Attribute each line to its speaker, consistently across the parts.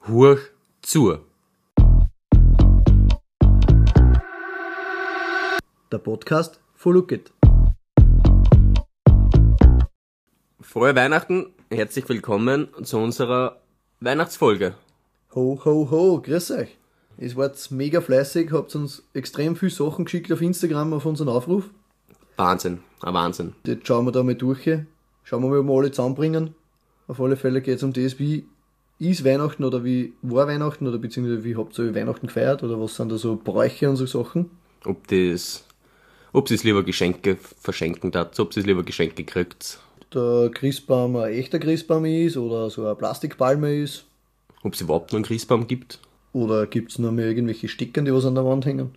Speaker 1: Hurch zu.
Speaker 2: Der Podcast for Look It.
Speaker 1: Frohe Weihnachten, herzlich willkommen zu unserer Weihnachtsfolge.
Speaker 2: Ho, ho, ho, grüß euch. Ihr wart mega fleißig, habt uns extrem viel Sachen geschickt auf Instagram auf unseren Aufruf.
Speaker 1: Wahnsinn, ein Wahnsinn.
Speaker 2: Jetzt schauen wir da mal durch. hier. Schauen wir mal, ob wir alle zusammenbringen. Auf alle Fälle geht es um das, wie ist Weihnachten oder wie war Weihnachten oder beziehungsweise wie habt ihr Weihnachten gefeiert oder was sind da so Bräuche und so Sachen.
Speaker 1: Ob das, ob sie es lieber Geschenke verschenken dazu, ob sie es lieber Geschenke kriegt,
Speaker 2: Der Christbaum ein echter Christbaum ist oder so eine Plastikpalme ist.
Speaker 1: ob es überhaupt noch einen Christbaum gibt.
Speaker 2: Oder gibt's noch mehr irgendwelche Sticker, die was an der Wand hängen?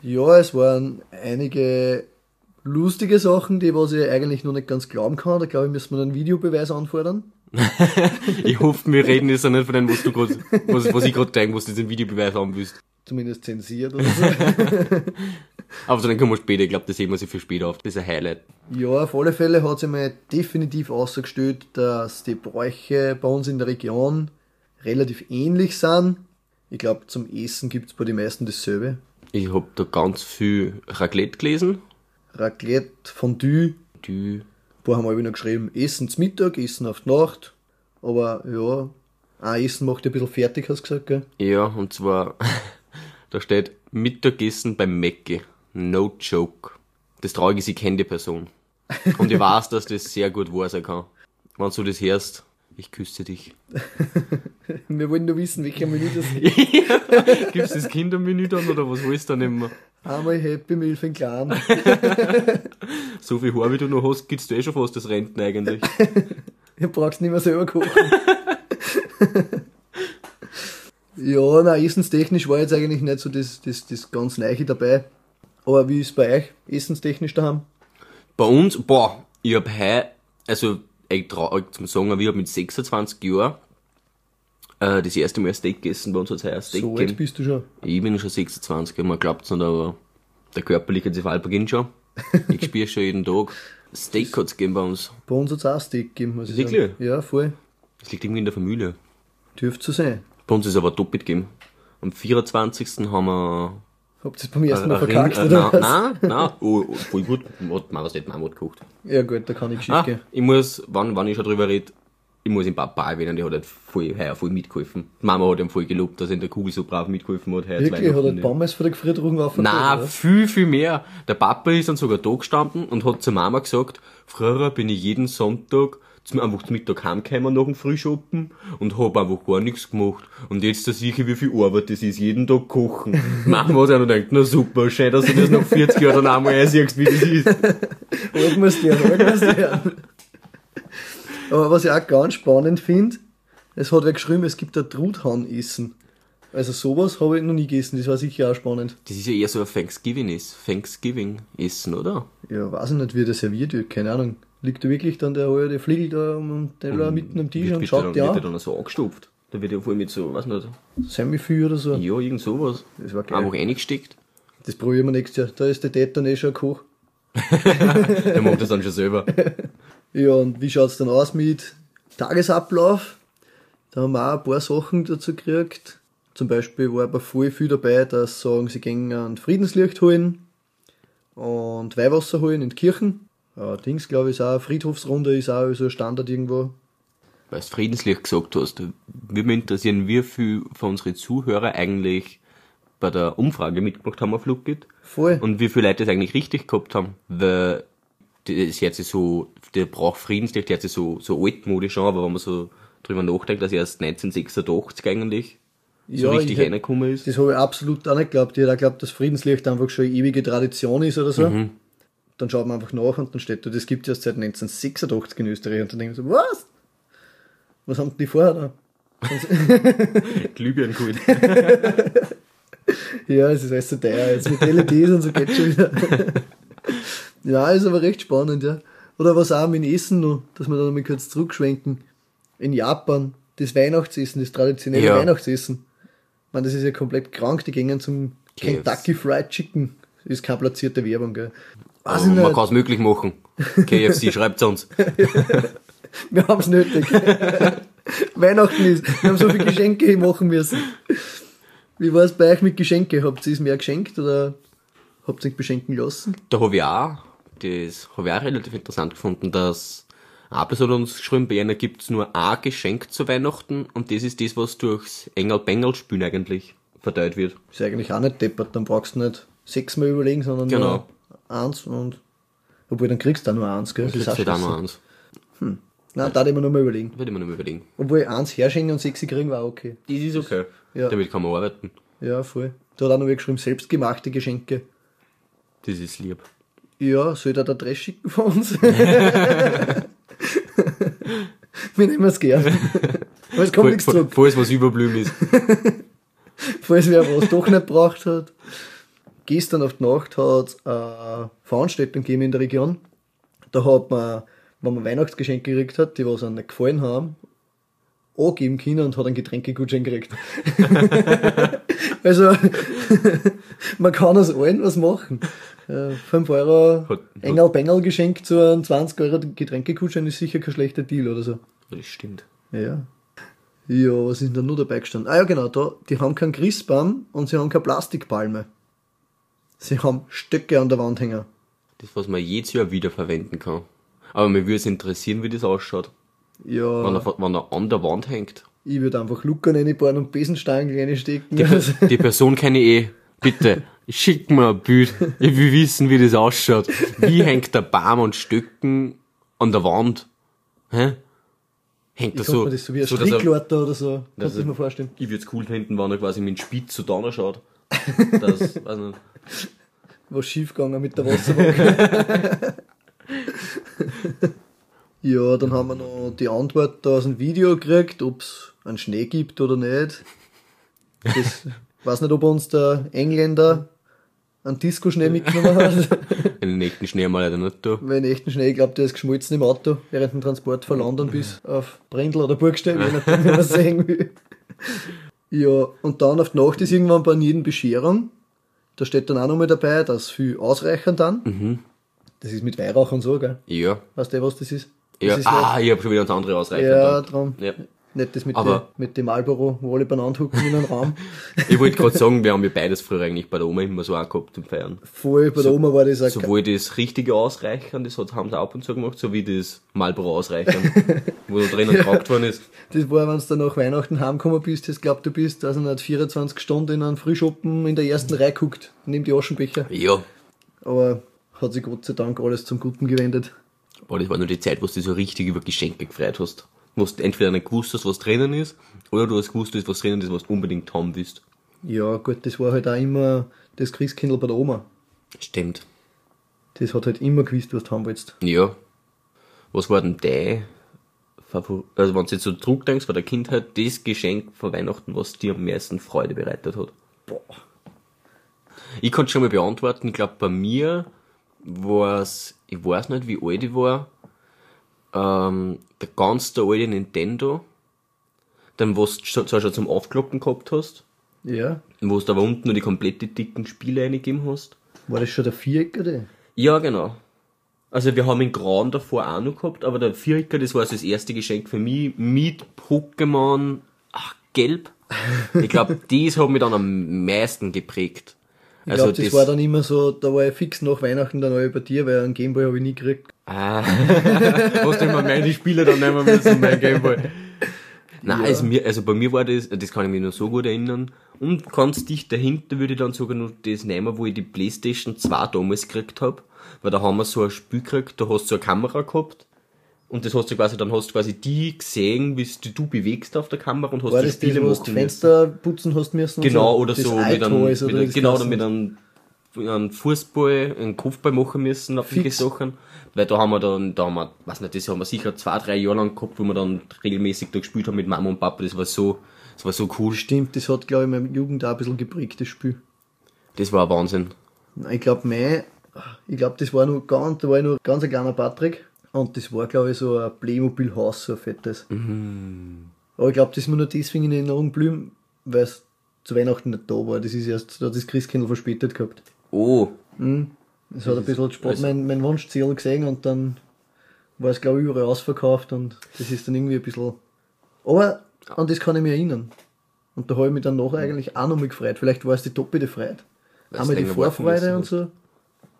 Speaker 2: Ja, es waren einige lustige Sachen, die was ich eigentlich noch nicht ganz glauben kann. Da glaube ich, müssen wir einen Videobeweis anfordern.
Speaker 1: Ich hoffe, wir reden jetzt auch nicht von dem, was, du grad, was, was ich gerade zeigen muss, diesen Videobeweis haben willst.
Speaker 2: Zumindest zensiert oder so.
Speaker 1: Aber dann kommen wir später, ich glaube, das sehen wir sich für später auf. Das ist ein Highlight.
Speaker 2: ja, auf alle Fälle hat sich mir definitiv ausgestellt, dass die Bräuche bei uns in der Region relativ ähnlich sind. Ich glaube, zum Essen gibt's bei den meisten dasselbe.
Speaker 1: Ich habe da ganz viel Raclette gelesen.
Speaker 2: Raclette, Fondue,
Speaker 1: Die
Speaker 2: Ein paar haben auch noch geschrieben, Essen zum Mittag, Essen auf die Nacht. Aber ja, ein Essen macht dich ein bisschen fertig, hast du gesagt, gell?
Speaker 1: Ja, und zwar, da steht Mittagessen beim Mecke. No joke. Das Traurige ist, ich kenne die Person. Und ich weiß, dass das sehr gut wahr sein kann. Wenn du das hörst, ich küsse dich.
Speaker 2: Wir wollen nur wissen, welche Minute das ist.
Speaker 1: Gibt's das Kindermenü dann oder was willst du dann immer?
Speaker 2: Einmal Happy Meal für den Clan.
Speaker 1: So viel Haar, wie du noch hast, gibst du eh schon fast das Renten eigentlich.
Speaker 2: Ihr braucht nicht mehr selber kochen. ja, na, essenstechnisch war jetzt eigentlich nicht so das, das, das ganz Neiche dabei. Aber wie ist es bei euch, essenstechnisch daheim?
Speaker 1: Bei uns, boah, ich hab hei, also echt traurig zum Sagen, ich hab mit 26 Jahren äh, das erste Mal Steak gegessen, bei uns hat's heuer Steak
Speaker 2: So
Speaker 1: gegeben.
Speaker 2: alt bist du schon.
Speaker 1: Ich bin schon 26, man glaubt's nicht, aber der körperliche Zerfall beginnt schon. Ich spüre schon jeden Tag. Steak hat's gegeben bei uns.
Speaker 2: Bei uns hat's auch Steak gegeben, muss ich
Speaker 1: Wirklich?
Speaker 2: sagen. Ja, voll.
Speaker 1: Das liegt irgendwie in der Familie.
Speaker 2: Dürfte so sein.
Speaker 1: Bei uns ist aber doppelt gegeben. Am 24. haben wir...
Speaker 2: Habt ihr es beim ersten Mal
Speaker 1: ein Rind-
Speaker 2: verkackt,
Speaker 1: äh,
Speaker 2: oder was?
Speaker 1: Nein, nein, nein. Oh, oh, voll gut. Hat Mama nicht Mama hat gekocht.
Speaker 2: Ja gut, da kann ich
Speaker 1: Ah,
Speaker 2: Geschichte.
Speaker 1: ich muss, wann, wann ich schon drüber rede, ich muss den Papa erwähnen, der hat halt voll, heuer voll mitgeholfen. Die Mama hat ihm voll gelobt, dass er in der Kugel so brav mitgeholfen hat. Heuer zu
Speaker 2: Wirklich, hat er
Speaker 1: Weihnachten.
Speaker 2: die Pommes von der Gefriertruhe aufgetan?
Speaker 1: Na, viel, viel mehr. Der Papa ist dann sogar da gestanden und hat zur Mama gesagt, früher bin ich jeden Sonntag zum, einfach zum Mittag heimgekommen nach dem Frühschoppen und hab einfach gar nichts gemacht. Und jetzt da sicher, wie viel Arbeit das ist, jeden Tag kochen. Mama hat sich auch noch gedacht, na super, schön, dass du das nach 40 Jahren dann einmal einsiehst, wie das ist.
Speaker 2: Halten wir es dir, halten wir es dir. Aber was ich auch ganz spannend finde, es hat wer geschrieben, es gibt ein Truthahn-Essen. Also sowas habe ich noch nie gegessen, das war sicher auch spannend.
Speaker 1: Das ist ja eher so ein Thanksgiving ist, Thanksgiving-Essen, oder?
Speaker 2: Ja, weiß ich nicht, wie das serviert wird, keine Ahnung. Liegt da wirklich dann der Heuer, der Fliegel da um den Teller mitten am Tisch
Speaker 1: Wird-
Speaker 2: und
Speaker 1: wird
Speaker 2: schaut
Speaker 1: der
Speaker 2: dir
Speaker 1: dann, wird
Speaker 2: an?
Speaker 1: der dann so angestopft. Da wird ja voll mit so, weiß nicht,
Speaker 2: Semifi oder so.
Speaker 1: ja, irgend sowas.
Speaker 2: Das war geil.
Speaker 1: Einfach reingesteckt.
Speaker 2: Das probieren wir nächstes Jahr. Da ist der Dad dann eh schon ein Koch.
Speaker 1: Der macht das dann schon selber.
Speaker 2: Ja, und wie schaut's dann aus mit Tagesablauf? Da haben wir auch ein paar Sachen dazu gekriegt. Zum Beispiel war aber voll viel dabei, dass sie sagen, sie gehen ein Friedenslicht holen und Weihwasser holen in die Kirchen. Ja, Dings, glaube ich, ist auch, Friedhofsrunde ist auch so ein Standard irgendwo.
Speaker 1: weil du Friedenslicht gesagt hast, würde mich interessieren, wie viel von unseren Zuhörer eigentlich bei der Umfrage mitgemacht haben auf Lookit
Speaker 2: Voll.
Speaker 1: und wie viele Leute es eigentlich richtig gehabt haben, weil das hört sich so, der braucht Friedenslicht, der hört sich so, so altmodisch an, aber wenn man so drüber nachdenkt, dass erst 1986 eigentlich so
Speaker 2: Ja, ich
Speaker 1: richtig
Speaker 2: hätt-
Speaker 1: reingekommen ist.
Speaker 2: Das habe ich absolut auch nicht geglaubt. Ich hätte auch geglaubt, dass Friedenslicht einfach schon eine ewige Tradition ist oder so. Dann schaut man einfach nach und dann steht da, das gibt es erst seit 1986 in Österreich. Und dann denke ich so, was? Was haben die vorher da?
Speaker 1: Glühbirnen geholt.
Speaker 2: Ja, es ist alles so teuer. Jetzt mit LEDs und so geht's schon wieder. ja, ist aber recht spannend, ja. Oder was auch mit Essen noch, dass wir da noch mal kurz zurückschwenken. In Japan, das Weihnachtsessen, das traditionelle
Speaker 1: Ja.
Speaker 2: Weihnachtsessen. Man, das ist ja komplett krank. Die gingen zum
Speaker 1: KFC.
Speaker 2: Kentucky Fried Chicken. Ist keine platzierte Werbung, gell. Weiß
Speaker 1: Also
Speaker 2: ich
Speaker 1: man
Speaker 2: nicht.
Speaker 1: kann es möglich machen. KFC, schreibt's uns.
Speaker 2: Wir haben's nötig. Weihnachten ist. Wir haben so viele Geschenke machen müssen. Wie war's bei euch mit Geschenke? Habt ihr es mehr geschenkt oder habt ihr euch beschenken lassen?
Speaker 1: Da habe ich auch, das habe ich auch relativ interessant gefunden, dass eine Person hat uns geschrieben, bei einer gibt's nur ein Geschenk zu Weihnachten und das ist das, was durchs Engel-Bengel-Spielen eigentlich verteilt wird.
Speaker 2: Ist eigentlich auch nicht deppert, dann brauchst du nicht sechsmal überlegen, sondern
Speaker 1: Genau.
Speaker 2: nur eins und. Obwohl, dann kriegst du auch nur eins, gell?
Speaker 1: Das ist halt auch noch eins.
Speaker 2: Nein, da immer nur mal überlegen.
Speaker 1: Würde ich mir noch mal überlegen.
Speaker 2: Obwohl, eins herschenken und sechs kriegen war okay.
Speaker 1: Das ist okay.
Speaker 2: Ja.
Speaker 1: Damit kann man arbeiten.
Speaker 2: Ja, voll. Da hat auch noch wer geschrieben, selbstgemachte Geschenke.
Speaker 1: Das ist lieb.
Speaker 2: Ja, soll da der Dress schicken von uns? Wir nehmen es gern. Aber es kommt
Speaker 1: Fall-
Speaker 2: nichts
Speaker 1: fall-
Speaker 2: zurück,
Speaker 1: Falls was überblühen ist.
Speaker 2: falls wer was doch nicht braucht hat. Gestern auf die Nacht hat eine Veranstaltung gegeben in der Region. Da hat man, wenn man Weihnachtsgeschenke gekriegt hat, die was einem nicht gefallen haben, angeben können und hat einen Getränkegutschein gekriegt. also, man kann aus allem was machen. 5 Euro
Speaker 1: Hat-
Speaker 2: Engel-Bengel-Geschenk zu einem 20 Euro Getränkegutschein ist sicher kein schlechter Deal oder so.
Speaker 1: Das stimmt.
Speaker 2: Ja. Ja, was ist denn da nur dabei gestanden? Ah ja, genau, da, die haben keinen Christbaum und sie haben keine Plastikpalme. Sie haben Stöcke an der Wand hängen.
Speaker 1: Das, was man jedes Jahr wieder verwenden kann. Aber mich würde es interessieren, wie das ausschaut. Wenn
Speaker 2: Ja,
Speaker 1: er, wenn er an der Wand hängt.
Speaker 2: ich würde einfach Luckern reinbauen und Besenstangen reinstecken.
Speaker 1: Die, Per-
Speaker 2: Also,
Speaker 1: die Person kenne ich eh. Bitte, schick mir ein Bild. Ich will wissen, wie das ausschaut. Wie hängt der Baum und Stöcken an der Wand? Hä? Hängt er
Speaker 2: so,
Speaker 1: so,
Speaker 2: man das so wie ein
Speaker 1: so dass er,
Speaker 2: Strickleiter oder so. Kannst du
Speaker 1: er-
Speaker 2: dir mal vorstellen?
Speaker 1: Ich würde es cool finden, wenn er quasi mit dem Spitz zu Donner schaut. Das, weiß nicht.
Speaker 2: Was schiefgegangen mit der Wasserwaage. ja, dann haben wir noch die Antwort da aus dem Video gekriegt, ob es einen Schnee gibt oder nicht. Das weiß nicht, ob uns der Engländer einen Disco-Schnee mitgenommen hat.
Speaker 1: Den nächsten Schnee mal leider nicht da.
Speaker 2: Weil einen echten Schnee, ich glaube, der ist geschmolzen im Auto während dem Transport von London bis auf Brendel oder Burgstein, je nachdem, wie man sehen will. Ja, und dann auf die Nacht ist irgendwann bei jedem Bescherung. Da steht dann auch nochmal dabei, dass viel ausreichend dann.
Speaker 1: Mhm.
Speaker 2: Das ist mit Weihrauch und so, gell?
Speaker 1: Ja.
Speaker 2: Weißt du, eh, was das ist?
Speaker 1: ja.
Speaker 2: Das ist
Speaker 1: ah, ich habe schon wieder ans andere
Speaker 2: nicht,
Speaker 1: ausreichend.
Speaker 2: ja,
Speaker 1: gedacht.
Speaker 2: drum.
Speaker 1: Ja.
Speaker 2: Nicht das mit,
Speaker 1: Aber-
Speaker 2: der, mit dem Marlboro, wo alle beieinander hocken in einem Raum.
Speaker 1: Ich wollte gerade sagen, wir haben ja beides früher eigentlich bei der Oma immer so auch gehabt im Feiern.
Speaker 2: Voll, bei der Oma war das auch
Speaker 1: Sowohl das richtige Ausreichern, das hat, haben sie auch ab und zu gemacht, sowie das Marlboro Ausreichern, wo da drinnen geraucht worden ist.
Speaker 2: Das war, wenn du dann nach Weihnachten heimgekommen bist, das glaubt du bist, dass er nicht 24 Stunden in einen Frühschoppen in der ersten Reihe guckt, neben die Aschenbecher.
Speaker 1: Ja.
Speaker 2: Aber hat sich Gott sei Dank alles zum Guten gewendet.
Speaker 1: Boah, das war nur die Zeit, wo du dich so richtig über Geschenke gefreut hast. Wo du entweder nicht gewusst hast, was drinnen ist, oder du hast gewusst, dass was drinnen ist, was du unbedingt haben willst.
Speaker 2: Ja, gut, das war halt auch immer das Christkindl bei der Oma.
Speaker 1: Stimmt.
Speaker 2: Das hat halt immer gewusst, was du haben willst.
Speaker 1: Ja. Was war denn dein Favor also wenn du jetzt so Druck denkst von der Kindheit, das Geschenk von Weihnachten, was dir am meisten Freude bereitet hat?
Speaker 2: Boah.
Speaker 1: Ich kann schon mal beantworten, ich glaube bei mir war es, ich weiß nicht wie alt ich war, ähm, der ganz der alte Nintendo, dann was du schon- zwar schon zum Aufkloppen gehabt hast,
Speaker 2: Ja.
Speaker 1: wo du aber unten nur die komplette dicken Spiele reingegeben hast.
Speaker 2: War das schon der Viereck oder?
Speaker 1: Ja, genau. Also wir haben den Grauen davor auch noch gehabt, aber der Vierecker, das war also das erste Geschenk für mich mit Pokémon, ach, gelb. Ich glaube, das hat mich dann am meisten geprägt.
Speaker 2: Ich
Speaker 1: Also
Speaker 2: glaube, das, war dann immer so, da war ich fix nach Weihnachten dann alle bei dir, weil einen Gameboy habe ich nie gekriegt.
Speaker 1: Ah, hast du immer meine Spiele dann nehmen müssen, mein Gameboy. Nein, also, mir, also bei mir war das, das kann ich mich noch so gut erinnern. Und ganz dicht dahinter würde ich dann sogar noch das nehmen, wo ich die Playstation 2 damals gekriegt habe. Weil da haben wir so ein Spiel gekriegt, da hast du so eine Kamera gehabt. Und das hast du quasi, dann hast du quasi die gesehen, wie du, du bewegst auf der Kamera und hast
Speaker 2: War
Speaker 1: die
Speaker 2: das das,
Speaker 1: Spiele
Speaker 2: wo du
Speaker 1: machen
Speaker 2: die
Speaker 1: müssen.
Speaker 2: Fenster putzen hast müssen? und
Speaker 1: Genau, oder
Speaker 2: Also Das
Speaker 1: so, mit einem,
Speaker 2: Eye-Toys
Speaker 1: mit
Speaker 2: oder
Speaker 1: einem,
Speaker 2: das
Speaker 1: genau, oder
Speaker 2: Ganze.
Speaker 1: mit einem, einem Fußball, einen Kopfball machen müssen, auf die
Speaker 2: Fix.
Speaker 1: Sachen. Weil da haben wir dann, da haben wir, weiß nicht, das haben wir sicher zwei, drei Jahre lang gehabt, wo wir dann regelmäßig da gespielt haben mit Mama und Papa, das war so, das war so cool.
Speaker 2: Stimmt, das hat, glaube ich, meine Jugend auch ein bisschen geprägt, das Spiel.
Speaker 1: Das war Wahnsinn.
Speaker 2: Nein, Ich glaube, mein, ich glaube, das war nur ganz, da war ich nur ganz ein kleiner Patrick. Und das war, glaube ich, so ein Playmobil-Haus, so ein fettes. Aber ich glaube, das ist mir nur deswegen in Erinnerung geblieben, weil es zu Weihnachten nicht da war. Das ist erst, da hat das Christkindl verspätet gehabt.
Speaker 1: Oh,
Speaker 2: Das hat ein bisschen Sport
Speaker 1: also-
Speaker 2: mein, mein Wunschziel gesehen und dann war es, glaube ich, überall ausverkauft und das ist dann irgendwie ein bisschen. Aber an das kann ich mich erinnern. Und da habe ich mich dann noch eigentlich auch noch mal gefreut. Vielleicht war es die doppelte Freude.
Speaker 1: Mhm. Weil's
Speaker 2: Einmal die
Speaker 1: länger warten müssen
Speaker 2: Vorfreude und
Speaker 1: hast.
Speaker 2: so.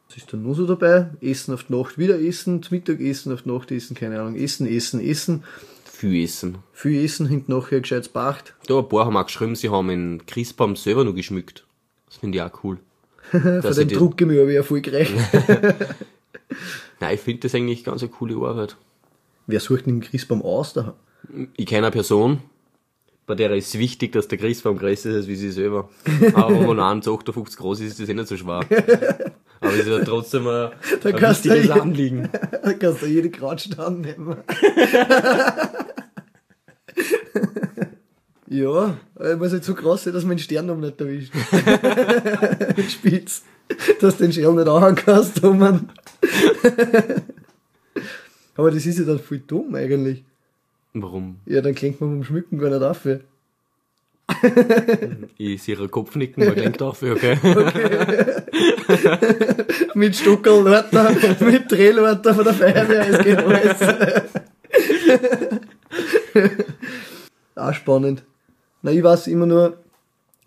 Speaker 2: Was ist dann nur so dabei? Essen auf die Nacht, wieder Essen, zum Mittagessen auf die Nacht, Essen, keine Ahnung. Essen, Essen, Essen.
Speaker 1: Viel essen.
Speaker 2: Viel Essen, hinten nachher gescheites Bacht.
Speaker 1: Da ein paar haben auch geschrieben, sie haben den Christbaum selber noch geschmückt. Das finde ich auch cool.
Speaker 2: Von
Speaker 1: Dass
Speaker 2: dem
Speaker 1: ich die,
Speaker 2: Druck ich mich aber erfolgreich.
Speaker 1: nein, ich finde das eigentlich ganz eine coole Arbeit.
Speaker 2: Wer sucht den Christbaum aus? Da?
Speaker 1: Ich kenne eine Person, bei der ist es wichtig, dass der Christbaum größer ist als wie sie selber. Aber wenn man 1,58 groß ist, ist das eh nicht so schwer. Aber es ist ja trotzdem ein,
Speaker 2: Da
Speaker 1: ein
Speaker 2: kannst du
Speaker 1: wichtiges
Speaker 2: ja-
Speaker 1: Anliegen.
Speaker 2: Da kannst du jede Krautstand nehmen. ja, äh, ich muss jetzt halt so krass sein, dass mein Stern noch nicht erwischt. Mit Spitz. Dass du den Schirm nicht anhauen kannst, oh Mann. Aber das ist ja dann voll dumm eigentlich.
Speaker 1: Warum?
Speaker 2: Ja, dann klingt man beim Schmücken gar nicht auf. ja.
Speaker 1: Ich sehe ihren Kopfnicken, man klingt auf, okay?
Speaker 2: Mit Stuckerlorter, mit Drehlorter von der Feuerwehr, es geht alles. Auch Ah, spannend. Na, ich weiß immer nur,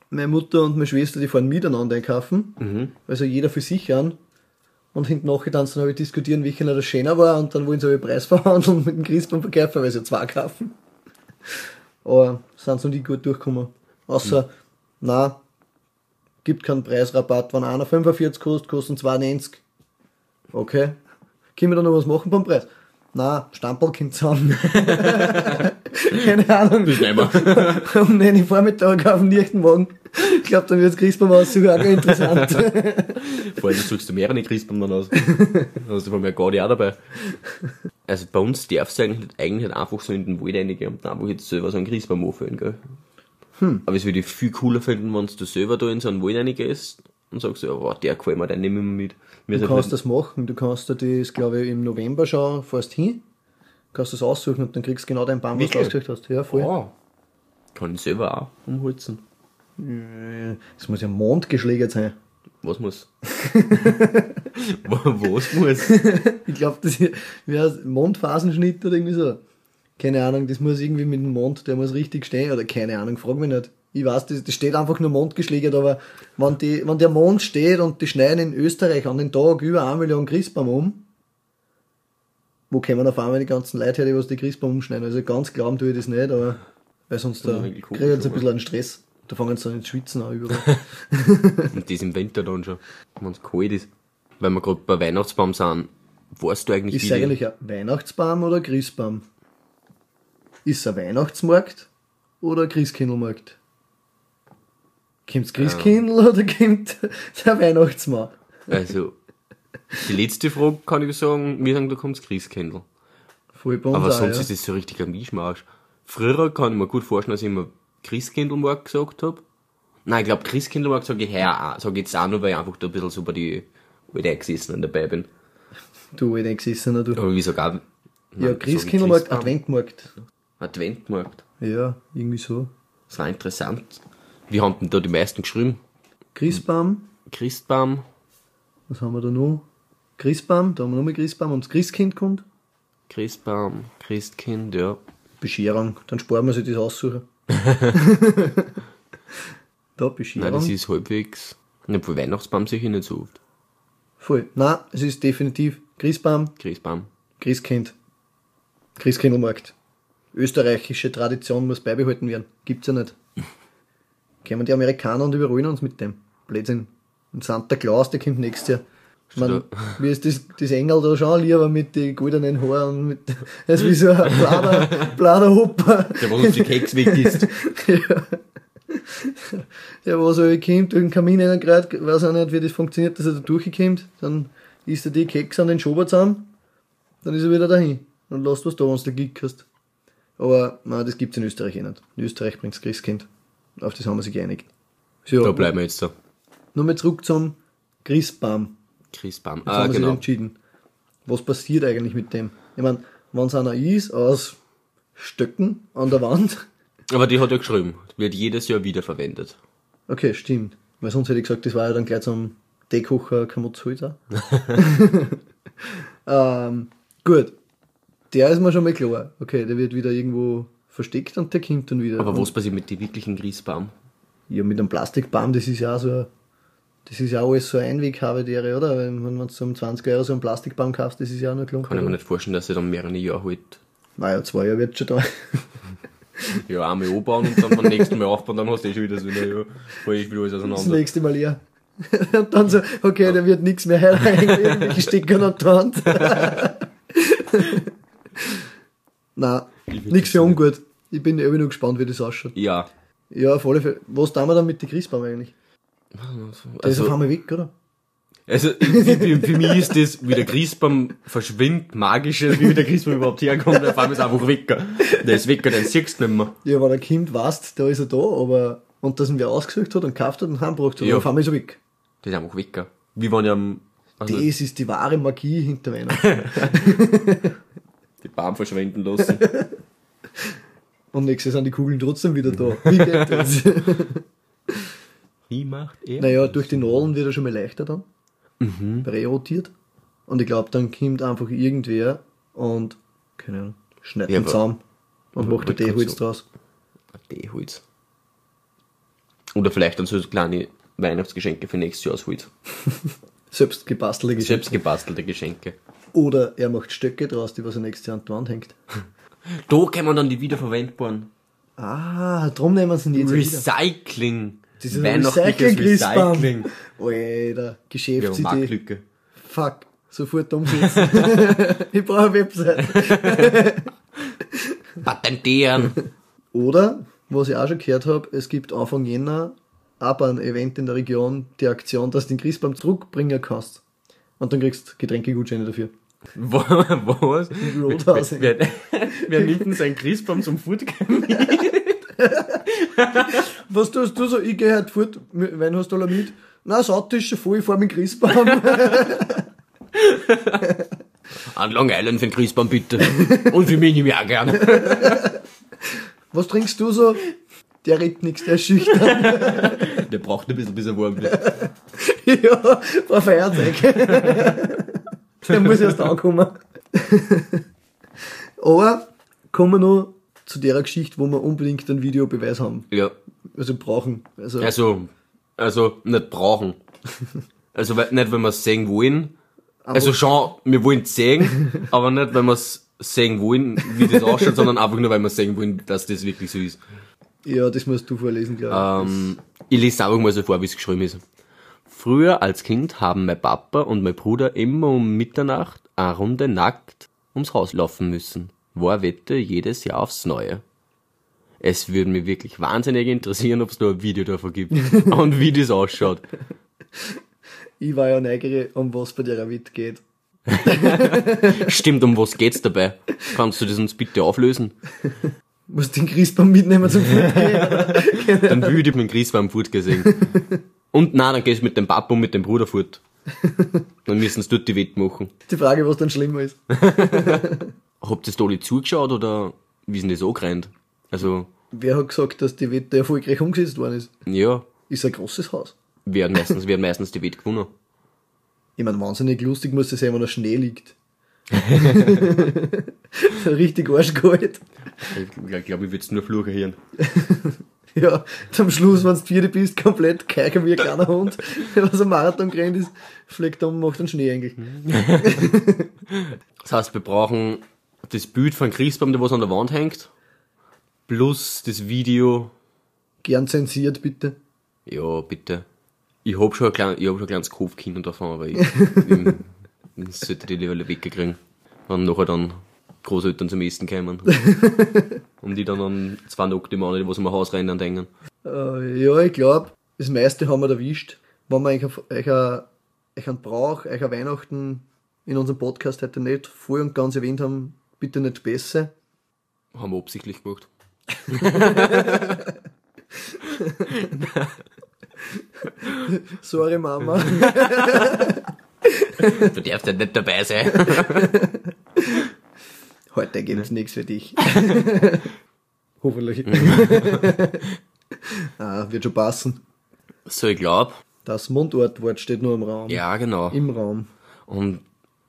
Speaker 2: meine Mutter und meine Schwester, die fahren miteinander einkaufen. Also jeder für sich an. Und hinten nachher dann habe ich diskutieren, welcher noch der schöner war. Und dann wollen sie aber den Preis verhandeln mit dem Christbaumverkäufer, weil sie ja zwei kaufen. Aber sind sie noch nie gut durchgekommen. Außer, na, gibt keinen Preisrabatt. Wenn einer 45 kostet, kosten 92. Okay. Können wir da noch was machen beim Preis? Na, Stamperl kommt zusammen. Keine Ahnung.
Speaker 1: Das nehmen wir.
Speaker 2: Um 9 Uhr Vormittag auf den lichten Morgen. Ich glaube, dann wird Christbaum aussuchen auch gar interessant.
Speaker 1: Vor allem suchst du mehrere Christbäume dann aus. Dann hast du von mir Gaudi auch dabei. Also bei uns darfst du eigentlich, nicht- eigentlich nicht einfach so in den Wald reingehen und einfach jetzt selber so einen Christbaum anfüllen, gell? Hm. Aber es würde ich viel cooler finden, wenn du selber da in so einen Wald reingehst und sagst, ja, wow, der gefällt mir, den nehmen wir mit. Mir
Speaker 2: Du
Speaker 1: ist
Speaker 2: kannst
Speaker 1: halt
Speaker 2: das machen. Du kannst dir das, glaube ich, im November schauen, fährst hin, kannst das aussuchen und dann kriegst du genau den Baum, was du
Speaker 1: Wirklich?
Speaker 2: ausgesucht hast. Ja, voll.
Speaker 1: nicht- Ah. Kann ich selber auch umholzen.
Speaker 2: Das muss ja mondgeschlägert sein.
Speaker 1: Was muss? Was muss?
Speaker 2: Ich glaube, das wäre Mondphasenschnitt oder irgendwie so. Keine Ahnung, das muss irgendwie mit dem Mond, der muss richtig stehen oder keine Ahnung, frag mich nicht. Ich weiß, das, das steht einfach nur mondgeschlägert, aber wenn, die, wenn der Mond steht und die schneiden in Österreich an den Tag über 1 Million Christbaum um, wo kommen auf einmal die ganzen Leute her, die was die Christbaum umschneiden? Also ganz glauben tue ich das nicht, aber weil sonst äh, da
Speaker 1: Das ist eigentlich komisch,
Speaker 2: kriegen sie ein
Speaker 1: aber.
Speaker 2: bisschen einen Stress. Da fangen sie an zu schwitzen an überall.
Speaker 1: Und das im Winter dann schon, wenn es kalt ist. Weil wir gerade bei Weihnachtsbaum sind, weißt du eigentlich,
Speaker 2: Ist
Speaker 1: die-
Speaker 2: eigentlich ein Weihnachtsbaum oder ein Christbaum? Ist ein Weihnachtsmarkt oder ein Christkindlmarkt?
Speaker 1: Ähm.
Speaker 2: Kommt's Christkindl oder kommt der Weihnachtsmann?
Speaker 1: Also, die letzte Frage kann ich sagen, wir sagen, da kommt das Christkindl.
Speaker 2: Voll bei uns
Speaker 1: Aber
Speaker 2: auch,
Speaker 1: sonst
Speaker 2: ja.
Speaker 1: ist das so richtig ein Mischmasch. Früher kann ich mir gut vorstellen, dass ich immer Christkindlmarkt gesagt habe. Nein, ich glaube, Christkindlmarkt sage ich her, sage ich jetzt auch nur, weil ich einfach da ein bisschen so bei die alte Gesessenen dabei bin.
Speaker 2: Du alte Gesessener, du.
Speaker 1: Aber wie sogar.
Speaker 2: Ja, Christkindlmarkt, Adventmarkt.
Speaker 1: Adventmarkt.
Speaker 2: Ja, irgendwie so.
Speaker 1: Das war interessant. Wie haben denn da die meisten geschrieben?
Speaker 2: Christbaum,
Speaker 1: Christbaum,
Speaker 2: was haben wir da noch? Christbaum, da haben wir nochmal Christbaum und das Christkind kommt.
Speaker 1: Christbaum, Christkind, ja.
Speaker 2: Bescherung, dann sparen wir sich das aussuchen. da Bescherung.
Speaker 1: Nein, das ist halbwegs. Obwohl Weihnachtsbaum sicher nicht so oft.
Speaker 2: Voll. Nein, es ist definitiv Christbaum,
Speaker 1: Christbaum.
Speaker 2: Christkind, Christkindlmarkt. Österreichische Tradition muss beibehalten werden. Gibt's ja nicht. Kämen die Amerikaner und überholen uns mit dem. Blödsinn. Und Santa Claus, der kommt nächstes Jahr. Ich mein, wie ist das, das Engel da schon lieber mit den goldenen Haaren und mit, als wie so ein Blader, Bladerhopper.
Speaker 1: Der, wo uns die Keks weg ist.
Speaker 2: ja. Der, was er kommt, durch den Kamin reingreift, weiß auch nicht, wie das funktioniert, dass er da durchkommt. Dann isst er die Keks an den Schober zusammen, dann ist er wieder dahin und lässt was da, wenn du Glück hast. Aber nein, das gibt's in Österreich eh nicht. In Österreich bringt's Christkind. Auf das haben wir sich geeinigt. So,
Speaker 1: Da bleiben wir jetzt da.
Speaker 2: Nochmal zurück zum Christbaum.
Speaker 1: Christbaum.
Speaker 2: Jetzt
Speaker 1: ah,
Speaker 2: haben wir sich
Speaker 1: genau.
Speaker 2: entschieden. Was passiert eigentlich mit dem? Ich meine, wenn's einer ist aus Stöcken an der Wand,
Speaker 1: Aber die hat ja geschrieben. Wird jedes Jahr wiederverwendet.
Speaker 2: Okay, stimmt. Weil sonst hätte ich gesagt, das war ja dann gleich zum Dekocher Kamotzuhäuser. ähm, gut. der ist mir schon mal klar. Okay, der wird wieder irgendwo versteckt und der kommt dann wieder.
Speaker 1: Aber
Speaker 2: Und-
Speaker 1: was passiert mit den wirklichen Grießbaum?
Speaker 2: Ja, mit einem Plastikbaum, das ist ja auch so ein, das ist ja auch alles so ein Einweg-Habitäre, oder? Wenn, wenn du so um 20 Euro so einen Plastikbaum kaufst, das ist ja auch nur klumpen.
Speaker 1: Kann ich mir nicht vorstellen, dass er dann mehrere Jahre halt
Speaker 2: Naja, zwei Jahre wird schon da.
Speaker 1: ja, einmal anbauen und dann beim nächsten Mal aufbauen, dann hast du eh schon wieder so eine, ja, voll ich wieder alles
Speaker 2: Das
Speaker 1: auseinander.
Speaker 2: nächste Mal leer. Und dann so, okay, da wird nichts mehr herein, irgendwelche Stecker an der Hand. Nein,
Speaker 1: Ich würd das
Speaker 2: nichts für ungut. Ich bin eh nur gespannt, wie das ausschaut.
Speaker 1: Ja.
Speaker 2: Ja, auf alle Fälle. Was tun wir dann mit den Christbaum eigentlich? Der ist auf
Speaker 1: Also,
Speaker 2: einmal weg, oder?
Speaker 1: also für, für, für mich ist das, wie der Christbaum verschwindet, magisch, also wie der Christbaum überhaupt herkommt, auf einmal ist er einfach weg. Der ist weg, den siehst du nicht mehr.
Speaker 2: Ja, wenn er kommt, weißt, da ist er da, aber, und dass ihn wer ausgesucht hat und gekauft hat und heimgebracht hat,
Speaker 1: Ja.
Speaker 2: ja. auf einmal ist er weg.
Speaker 1: Der ist einfach weg. Wie wenn ich am, also die,
Speaker 2: Das ist die wahre Magie hinter Weihnachten.
Speaker 1: die Baum verschwinden lassen.
Speaker 2: Und nächstes sind die Kugeln trotzdem wieder da. Wie geht das?
Speaker 1: Wie macht er?
Speaker 2: naja, durch die Nadeln wird er schon mal leichter dann.
Speaker 1: Mhm.
Speaker 2: Prärotiert. Und ich glaube, dann kommt einfach irgendwer und, keine Ahnung, schneidet
Speaker 1: Ja,
Speaker 2: ihn
Speaker 1: aber-
Speaker 2: zusammen und macht ein
Speaker 1: wollte grad
Speaker 2: Teeholz
Speaker 1: so-
Speaker 2: draus.
Speaker 1: Teeholz. Oder vielleicht dann so kleine Weihnachtsgeschenke für nächstes Jahr ausholt.
Speaker 2: Selbst gebastelte Geschenke.
Speaker 1: Selbst gebastelte Geschenke.
Speaker 2: Oder er macht Stöcke draus, die was er nächstes Jahr an die Wand hängt.
Speaker 1: Da kann man dann die wiederverwendbaren.
Speaker 2: Ah, drum nehmen sie ihn jetzt wieder.
Speaker 1: Recycling.
Speaker 2: Das ist ein Recycling-Christbaum. Alter,
Speaker 1: Ja,
Speaker 2: Geschäftsidee.
Speaker 1: Marktlücke.
Speaker 2: Fuck, sofort umsetzen. ich brauche eine Website.
Speaker 1: Patentieren.
Speaker 2: Oder, was ich auch schon gehört habe, es gibt Anfang Jänner aber ein Event in der Region, die Aktion, dass du den Christbaum zurückbringen kannst. Und dann kriegst du Getränkegutscheine dafür.
Speaker 1: Wo- Was?
Speaker 2: Roadhouse.
Speaker 1: Wer, wer, wer nimmt denn seinen Christbaum zum Foodcamp?
Speaker 2: Was tust du so? Ich gehe heute fort. Wen hast du alle mit? Na, das Auto ist schon voll, ich fahr mit dem Christbaum.
Speaker 1: An Long Island für den Christbaum bitte. Und für mich nehme ich auch gerne.
Speaker 2: was trinkst du so? Der redet nichts, der ist schüchtern.
Speaker 1: Der braucht ein bisschen, bis er warm wird.
Speaker 2: ja, war Feiertag. der muss erst ankommen. Aber kommen wir noch zu der Geschichte, wo wir unbedingt einen Videobeweis haben.
Speaker 1: Ja.
Speaker 2: Also brauchen. Also,
Speaker 1: Also, also, nicht brauchen. Also, we- nicht, wenn wir es sehen wollen. Also, schon, wir wollen es sehen, aber nicht, wenn wir es sehen wollen, wie das ausschaut, sondern einfach nur, weil wir sehen wollen, dass das wirklich so ist.
Speaker 2: ja, das musst du vorlesen, glaube
Speaker 1: Ähm, ich lese einfach mal so vor, wie es geschrieben ist. Früher als Kind haben mein Papa und mein Bruder immer um Mitternacht eine Runde nackt ums Haus laufen müssen. War Wette jedes Jahr aufs Neue. Es würde mich wirklich wahnsinnig interessieren, ob es da ein Video davon gibt und wie das ausschaut.
Speaker 2: ich. Ich war ja neugierig, um was bei der Wit geht.
Speaker 1: Stimmt, um was geht's dabei? Kannst du das uns bitte auflösen?
Speaker 2: Musst den Christbaum mitnehmen zum Fort
Speaker 1: Dann würde ich mit dem Chris beim Furt gesehen. Und nein, dann gehst du mit dem Papa und mit dem Bruder fort. Dann müssen sie dort die Wette machen.
Speaker 2: Die Frage, was dann schlimmer ist.
Speaker 1: Habt ihr da alle zugeschaut oder wie ist denn das angerannt? Also,
Speaker 2: Wer hat gesagt, dass die Wette erfolgreich umgesetzt worden ist?
Speaker 1: ja,
Speaker 2: Ist ein großes Haus.
Speaker 1: wir haben meistens, wir haben meistens die Wette gewonnen.
Speaker 2: Ich meine, wahnsinnig lustig muss das sein, wenn der Schnee liegt. so richtig arschkalt.
Speaker 1: Ich glaube, glaub, ich würde es nur fluchen hören.
Speaker 2: Ja, zum Schluss, wenn du vierte bist, komplett keiker wie ein kleiner Hund, was am Marathon gerannt ist, fliegt um, macht einen Schneeengel.
Speaker 1: Das heißt, wir brauchen das Bild von Christbaum, der was an der Wand hängt, plus das Video.
Speaker 2: Gern zensiert, bitte.
Speaker 1: Ja, bitte. Ich hab schon ein, klein, ich hab schon ein kleines Kopfkino davon, aber ich, ich, ich sollte die lieber wegkriegen, wenn nachher dann Großeltern zum Essen kommen. Und die dann an zwei nackte Männer, die was im Haus rennen, denken.
Speaker 2: Äh, ja, ich glaube, das meiste haben wir erwischt. Wenn wir euch, auf- euch, ein- euch einen Brauch, euch ein Weihnachten in unserem Podcast heute nicht voll und ganz erwähnt haben, bitte nicht besser.
Speaker 1: Haben wir absichtlich gemacht.
Speaker 2: Sorry, Mama.
Speaker 1: Du darfst ja nicht dabei sein.
Speaker 2: Heute gibt's nichts für dich. Hoffentlich. ah, wird schon passen.
Speaker 1: So, ich glaube.
Speaker 2: Das Mundortwort steht nur im Raum.
Speaker 1: Ja, genau.
Speaker 2: Im Raum.
Speaker 1: Und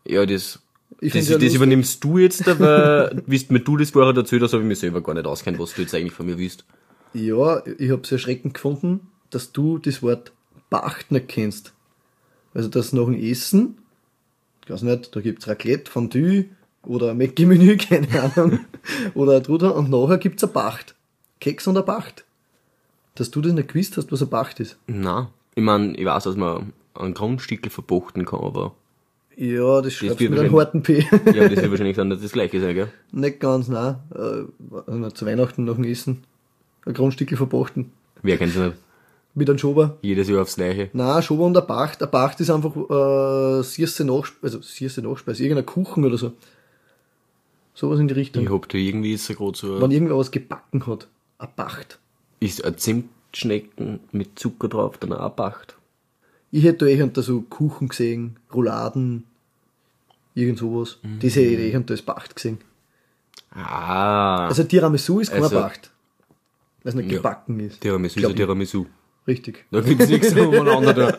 Speaker 1: ja, das
Speaker 2: Ich
Speaker 1: Das,
Speaker 2: finde ja
Speaker 1: das
Speaker 2: lustig.
Speaker 1: übernimmst du jetzt, aber wisst mir du das gerade dazu, das habe ich mir selber gar nicht auskennt, was du jetzt eigentlich von mir willst.
Speaker 2: Ja, ich hab's erschreckend gefunden, dass du das Wort Bach nicht kennst. Also das nach dem Essen, ich weiß nicht, da gibt's Raclette, Fondue oder Menü, keine Ahnung, oder ein Truder und nachher gibt's ein Bacht. Keks und ein Bacht. Dass du das nicht gewusst hast, was ein Bacht ist.
Speaker 1: Na, ich mein, ich weiß, dass man einen Grundstückel verbuchten kann, aber
Speaker 2: Ja, das schreibst
Speaker 1: wird
Speaker 2: mit einem harten P.
Speaker 1: ja, das wird wahrscheinlich dann nicht das gleiche sein, gell?
Speaker 2: nicht ganz, nein. Äh, also zu Weihnachten nach dem Essen. Ein Grundstückel verpachten.
Speaker 1: Wer kennt's nicht?
Speaker 2: Mit einem Schober.
Speaker 1: Jedes Jahr aufs Gleiche.
Speaker 2: Nein, Schober und der Pacht. Der Pacht ist einfach äh, süße Nachspeise, also süße Nachspeise, irgendein Kuchen oder so. Sowas in die Richtung.
Speaker 1: Ich hab da irgendwie ist er gerade so,
Speaker 2: Wenn
Speaker 1: ein-
Speaker 2: irgendwer was gebacken hat, ein Pacht.
Speaker 1: ist ein Zimtschnecken mit Zucker drauf, dann auch Pacht.
Speaker 2: Ich hätte da eh unter so Kuchen gesehen, Rouladen, irgend sowas.
Speaker 1: Mhm.
Speaker 2: Das hätte ich eh unter als Pacht gesehen.
Speaker 1: Ah,
Speaker 2: Also Tiramisu ist kein
Speaker 1: Also-
Speaker 2: Pacht. Weil es nicht
Speaker 1: Ja.
Speaker 2: gebacken ist.
Speaker 1: Tiramisu ist
Speaker 2: Glaub
Speaker 1: ein
Speaker 2: ich.
Speaker 1: Tiramisu.
Speaker 2: Richtig.
Speaker 1: Da gibt's nichts umeinander da.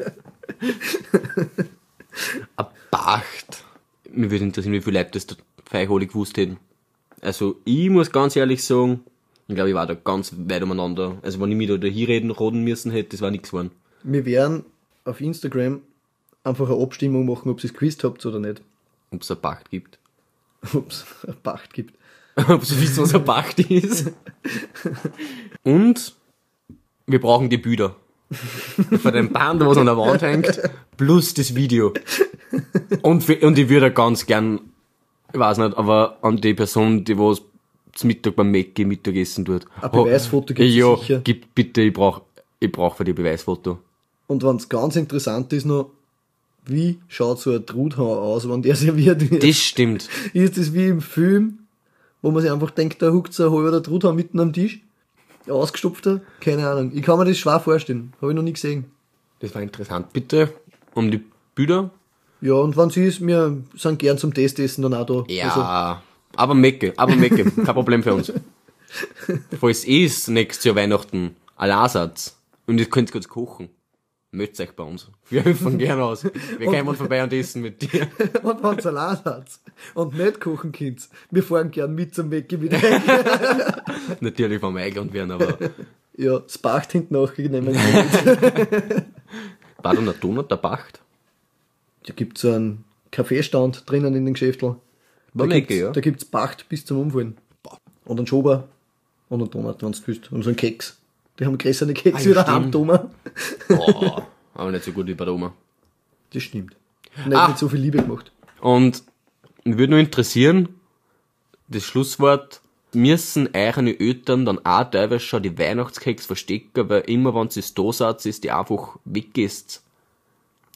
Speaker 1: Ein Pacht. Mir würde interessieren, wie viele Leute das da bei euch alle gewusst hätten. Also, ich muss ganz ehrlich sagen, ich glaube, ich war da ganz weit umeinander. Also, wenn ich mich da, da hinreden, roden müssen hätte, das war nichts geworden.
Speaker 2: Wir werden auf Instagram einfach eine Abstimmung machen, ob ihr es gewusst habt oder nicht.
Speaker 1: Ob es ein Pacht gibt.
Speaker 2: Ob es ein Pacht gibt.
Speaker 1: Ob sie wissen, was ein Pacht ist. Und wir brauchen die Bilder. Von dem Band, was an der Wand hängt, plus das Video. Und, wir- und ich würde ganz gern, ich weiß nicht, aber an die Person, die was zum Mittag beim Mäcki Mittagessen tut.
Speaker 2: Ein Beweisfoto gibt's
Speaker 1: ja,
Speaker 2: sicher.
Speaker 1: Gib bitte, ich brauch, ich brauch für die Beweisfoto.
Speaker 2: Und wenn's ganz interessant ist noch, wie schaut so ein Trudhauer aus, wenn der serviert wird?
Speaker 1: Das stimmt.
Speaker 2: Ist das wie im Film, wo man sich einfach denkt, da huckt so ein halber der Trudhauer mitten am Tisch? Ein Ausgestopfter? Keine Ahnung. Ich kann mir das schwer vorstellen. Habe ich noch nie gesehen.
Speaker 1: Das war interessant, bitte. Um die Bilder.
Speaker 2: Ja, und wenn's ist, wir sind gern zum Testessen dann auch da.
Speaker 1: Ja,
Speaker 2: Also,
Speaker 1: aber Mecke, aber Mecke, kein Problem für uns. Falls ihr es nächstes Jahr Weihnachten ein Ansatz und ihr könnt kurz kochen, meldet euch bei uns. Wir helfen gerne aus. Wir kommen vorbei und essen mit dir.
Speaker 2: Also, und wenn's Salat hat und nicht kochen könnt, wir fahren gern mit zum Weg wieder.
Speaker 1: Natürlich, wenn wir eingeladen werden, aber
Speaker 2: ja, das Bacht hinten nachgenommen.
Speaker 1: war da noch Donut, der Pacht?
Speaker 2: Da gibt's einen Kaffeestand drinnen in den Geschäftel.
Speaker 1: Bei
Speaker 2: Da
Speaker 1: Mecke,
Speaker 2: gibt's,
Speaker 1: ja.
Speaker 2: da gibt's Pacht bis zum Umfallen. Und einen Schober und einen Donut, wenn's willst. Und so einen Keks. Die haben grässerne Keks
Speaker 1: Ah,
Speaker 2: wieder
Speaker 1: stimmt.
Speaker 2: am Doma.
Speaker 1: Oh, aber nicht so gut wie bei der Oma.
Speaker 2: Das stimmt. Nicht
Speaker 1: Ah.
Speaker 2: mit so viel Liebe gemacht.
Speaker 1: Und mich würde nur interessieren, das Schlusswort, müssen eure Eltern dann auch teilweise schon die Weihnachtskeks verstecken, weil immer wenn es da seid, ist die einfach weg ist.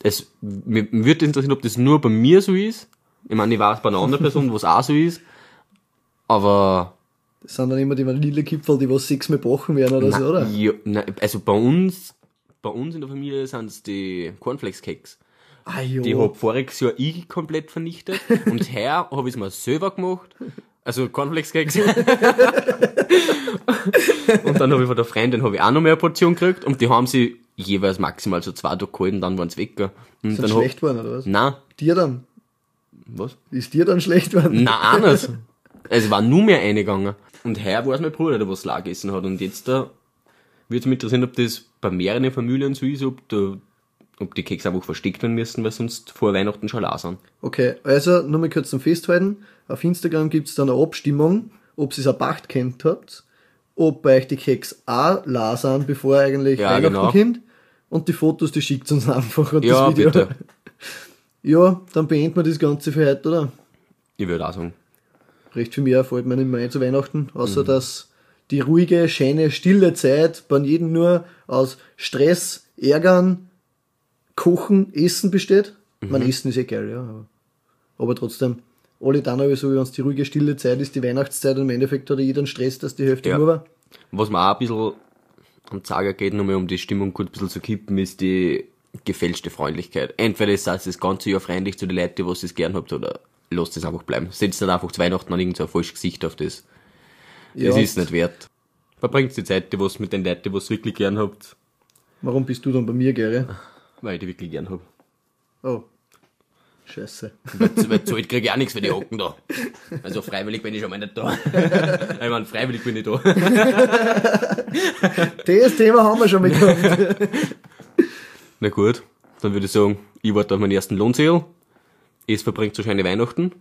Speaker 1: Es, mir mir würde interessieren, ob das nur bei mir so ist. Ich meine, ich weiß bei einer anderen Person, wo es auch so ist. Aber,
Speaker 2: Das sind dann immer die Vanillekipferl, die was sechsmal backen werden oder so, oder?
Speaker 1: Nein, ja, nein, also bei uns, bei uns in der Familie sind es die Cornflakes-Cakes.
Speaker 2: Ah, jo.
Speaker 1: Die hab voriges Jahr ich komplett vernichtet und her hab ich's mir selber gemacht. Also Cornflakes-Keks. und dann hab ich von der Freundin hab ich auch noch mehr Portion gekriegt und die haben sie jeweils maximal so zwei Tage gehalten, dann waren's weg. gell. Und
Speaker 2: sind
Speaker 1: dann hab,
Speaker 2: schlecht geworden, oder was?
Speaker 1: Nein,
Speaker 2: Dir dann?
Speaker 1: was?
Speaker 2: Ist dir dann schlecht geworden?
Speaker 1: Nein, also anders. Es war nur mehr eingegangen. Und heuer war's mein Bruder, der was lau gegessen hat. Und jetzt da wird's mich interessieren, ob das bei mehreren Familien so ist, ob, da, ob die Kekse einfach versteckt werden müssen, weil sonst vor Weihnachten schon lau sind.
Speaker 2: Okay, also nur mal kurz zum Festhalten. Auf Instagram gibt's dann eine Abstimmung, ob ihr es ein Pacht kennt habt, ob bei euch die Keks auch la sind, bevor eigentlich
Speaker 1: Ja,
Speaker 2: Weihnachten
Speaker 1: genau.
Speaker 2: kommt. Und die Fotos, die schickt uns einfach und
Speaker 1: Ja,
Speaker 2: das Video.
Speaker 1: bitte.
Speaker 2: Ja, dann beenden wir das Ganze für heute, oder?
Speaker 1: Ich würde auch sagen.
Speaker 2: Recht viel mehr fällt mir nicht mehr ein zu Weihnachten, außer
Speaker 1: Mhm.
Speaker 2: dass die ruhige, schöne, stille Zeit bei jedem nur aus Stress, Ärgern, Kochen, Essen besteht. Mein
Speaker 1: Mhm.
Speaker 2: Essen ist eh geil, ja. Aber, aber trotzdem, alle dann habe ich so, wenn es die ruhige, stille Zeit ist, die Weihnachtszeit und im Endeffekt hat jeder einen Stress, dass die Hälfte
Speaker 1: Ja.
Speaker 2: nur war.
Speaker 1: Was mir auch ein bisschen am Zager geht, nochmal um die Stimmung gut ein bisschen zu kippen, ist die gefälschte Freundlichkeit. Entweder ist das das ganze Jahr freundlich zu den Leuten, was ihr gern habt, oder lasst es einfach bleiben. Setzt dann einfach zu Weihnachten an irgendein so ein falsches Gesicht auf das.
Speaker 2: Ja,
Speaker 1: Das ist nicht wert. Verbringt die Zeit, die was mit den Leuten, die was ihr wirklich gern habt,
Speaker 2: Warum bist du dann bei mir, Gary?
Speaker 1: weil ich die wirklich gern hab.
Speaker 2: Oh. Scheiße.
Speaker 1: Weil weil zahlt krieg ich auch nichts für die Hocken da. Also freiwillig bin ich schon mal nicht da. ich meine, freiwillig bin ich da.
Speaker 2: Das Thema haben wir schon mit gehabt.
Speaker 1: Na gut, dann würde ich sagen, ich warte auf meinen ersten Lohnzettel. Es verbringt so schöne Weihnachten.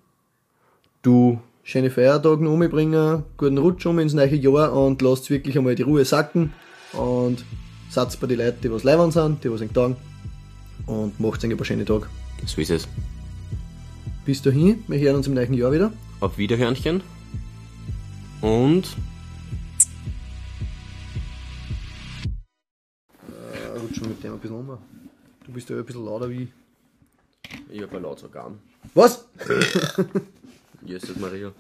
Speaker 1: Du,
Speaker 2: Schöne Feiertage noch umbringen, guten Rutsch um ins neue Jahr und lasst wirklich einmal die Ruhe sacken und satz bei die Leute, die was leibern sind, die was euch tagen und macht einen schönen Tag.
Speaker 1: so ist es.
Speaker 2: Bis dahin, wir hören uns im neuen Jahr wieder.
Speaker 1: Auf Wiederhörnchen. Und
Speaker 2: Äh, rutschen wir mit dem ein bisschen um. Du bist ja ein bisschen lauter wie.
Speaker 1: ich habe ein laut sogar.
Speaker 2: Was?
Speaker 1: Jesus Maria.